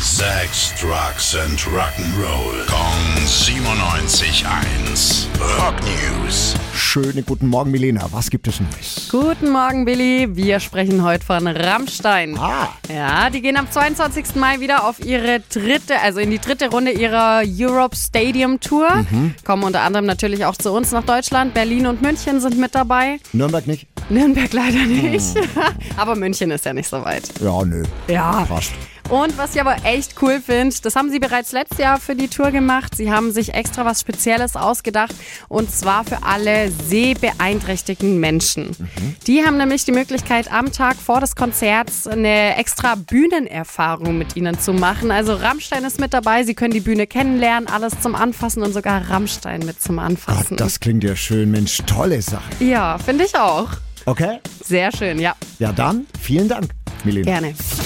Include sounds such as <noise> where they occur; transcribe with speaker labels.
Speaker 1: Sex, Drugs and Rock'n'Roll. Kong 97.1. Rock News.
Speaker 2: Schönen guten Morgen, Milena. Was gibt es Neues?
Speaker 3: Guten Morgen, Billy. Wir sprechen heute von Rammstein.
Speaker 2: Ah,
Speaker 3: Ja, die gehen am 22. Mai wieder auf ihre dritte, also in die dritte Runde ihrer Europe Stadium Tour. Kommen unter anderem natürlich auch zu uns nach Deutschland. Berlin und München sind mit dabei.
Speaker 2: Nürnberg nicht?
Speaker 3: Nürnberg leider nicht. <laughs> Aber München ist ja nicht so weit.
Speaker 2: Ja, nö.
Speaker 3: Ja.
Speaker 2: Passt.
Speaker 3: Und was ich aber echt cool finde, das haben sie bereits letztes Jahr für die Tour gemacht. Sie haben sich extra was Spezielles ausgedacht und zwar für alle sehbeeinträchtigten Menschen.
Speaker 2: Mhm.
Speaker 3: Die haben nämlich die Möglichkeit, am Tag vor des Konzerts eine extra Bühnenerfahrung mit ihnen zu machen. Also Rammstein ist mit dabei, sie können die Bühne kennenlernen, alles zum Anfassen und sogar Rammstein mit zum
Speaker 2: Gott,
Speaker 3: Anfassen.
Speaker 2: das klingt ja schön, Mensch. Tolle Sache.
Speaker 3: ja, finde ich auch.
Speaker 2: Okay?
Speaker 3: Sehr schön, ja.
Speaker 2: Ja, dann vielen Dank, Milena.
Speaker 3: Gerne.